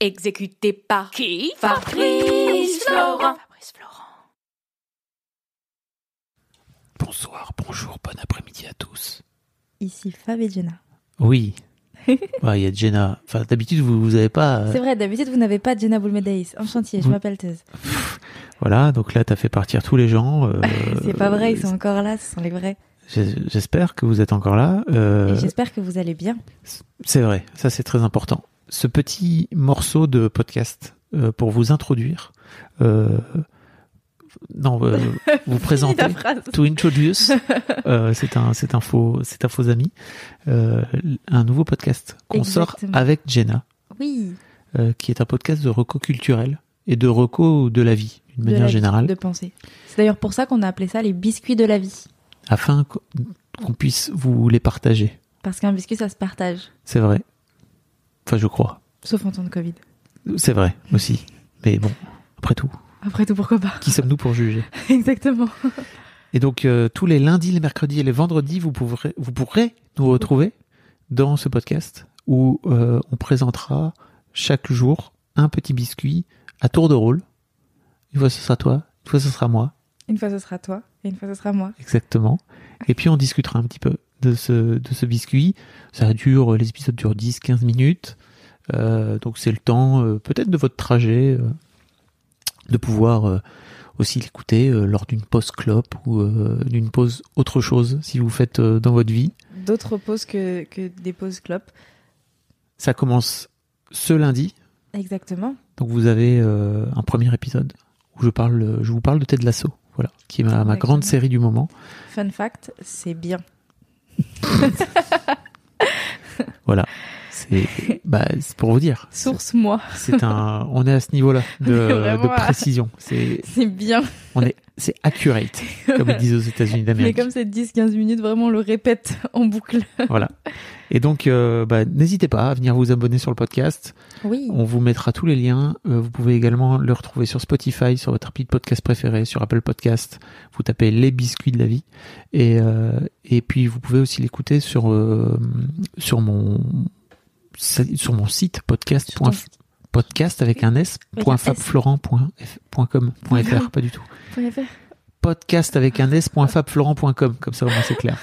Exécuté par Qui Fabrice Florent. Fabrice Florent. Bonsoir, bonjour, bon après-midi à tous. Ici Fab et Jenna. Oui. Ouais, Il y a Jenna. Enfin, d'habitude, vous vous avez pas. euh, C'est vrai, d'habitude vous n'avez pas Jenna Boulmedeis. Enchantier, je Oui. m'appelle Thèse. Voilà, donc là, t'as fait partir tous les gens. euh, C'est pas vrai, ils sont encore là, ce sont les vrais. j'ai- J'espère que vous êtes encore là. euh, Et j'espère que vous allez bien. c'est vrai, ça c'est très important. Ce petit morceau de podcast euh, pour vous introduire. euh, non, euh, vous Finis présenter. ta phrase. To introduce, euh, c'est un, c'est un faux, c'est un faux ami, euh, un nouveau podcast qu'on sort Exactement. avec Jenna. Oui, euh, qui est un podcast de reco culturel et de reco de la vie, d'une de manière la vie, générale, De penser. C'est d'ailleurs pour ça qu'on a appelé ça les biscuits de la vie. afin qu'- qu'on puisse vous les partager. Parce qu'un biscuit, ça se partage. C'est vrai. Enfin, je crois. Sauf en temps de Covid. C'est vrai aussi. Mais bon, après tout, Après tout, pourquoi pas qui sommes-nous pour juger Exactement. Et donc, euh, tous les lundis, les mercredis et les vendredis, vous pourrez, vous pourrez nous retrouver dans ce podcast où euh, on présentera chaque jour un petit biscuit à tour de rôle. Une fois, ce sera toi. Une fois, ce sera moi. Une fois, ce sera toi. Et une fois, ce sera moi. Exactement. Et puis on discutera un petit peu de ce, de ce biscuit. Ça dure, euh, les épisodes durent 10-15 minutes. Euh, donc c'est le temps, euh, peut-être de votre trajet, euh, de pouvoir euh, aussi l'écouter euh, lors d'une pause clope ou euh, d'une pause autre chose si vous faites euh, dans votre vie. D'autres pauses que, que des pauses clopes. Ça commence ce lundi. Exactement. Donc vous avez euh, un premier épisode où je, parle, euh, je vous parle de Ted Lasso. Voilà, qui est ma, ma grande Exactement. série du moment. Fun fact, c'est bien. C'est bah, c'est pour vous dire. Source-moi. C'est un, on est à ce niveau-là de, On est vraiment de à- précision. C'est, C'est bien. on est, c'est accurate, comme ils disent aux États-Unis Mais d'Amérique. comme c'est 10-15 minutes, vraiment, on le répète en boucle. Voilà. Et donc, euh, bah, n'hésitez pas à venir vous abonner sur le podcast. Oui. On vous mettra tous les liens. Euh, vous pouvez également le retrouver sur Spotify, sur votre appli de podcast préféré, sur Apple Podcast. Vous tapez les biscuits de la vie. Et, euh, et puis, vous pouvez aussi l'écouter sur, euh, sur mon, sur mon site podcast. Sur ton site. podcast avec un s. Avec un S. fabflorent.com.fr pas du tout Point fr. podcast avec un s.fabflorent.com comme ça au moins c'est clair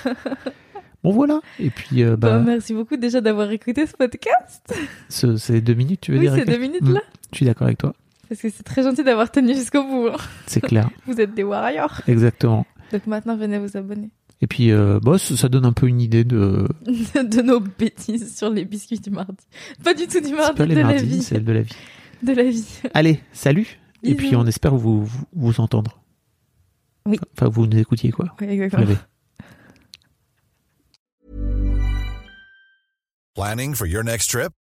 bon voilà et puis euh, bah, Bah, merci beaucoup déjà d'avoir écouté ce podcast. ce- ces deux minutes tu veux Oui, dire hmm. ces Raquel deux minutes-là. je suis d'accord avec toi Parce que c'est très gentil d'avoir tenu jusqu'au bout. hein. c'est clair Vous êtes des warriors. exactement Donc maintenant, venez vous abonner. et puis euh, bah, ça ça donne un peu une idée de de nos bêtises sur les biscuits du mardi. Pas du tout du c'est mardi, pas Ah, de les la mardis vie. c'est de la vie De la vie. allez salut et Bisous. puis on espère vous vous, vous entendre Oui. enfin vous nous écoutiez quoi Ouais, Vous exactement. l'avez. Planning for your next trip?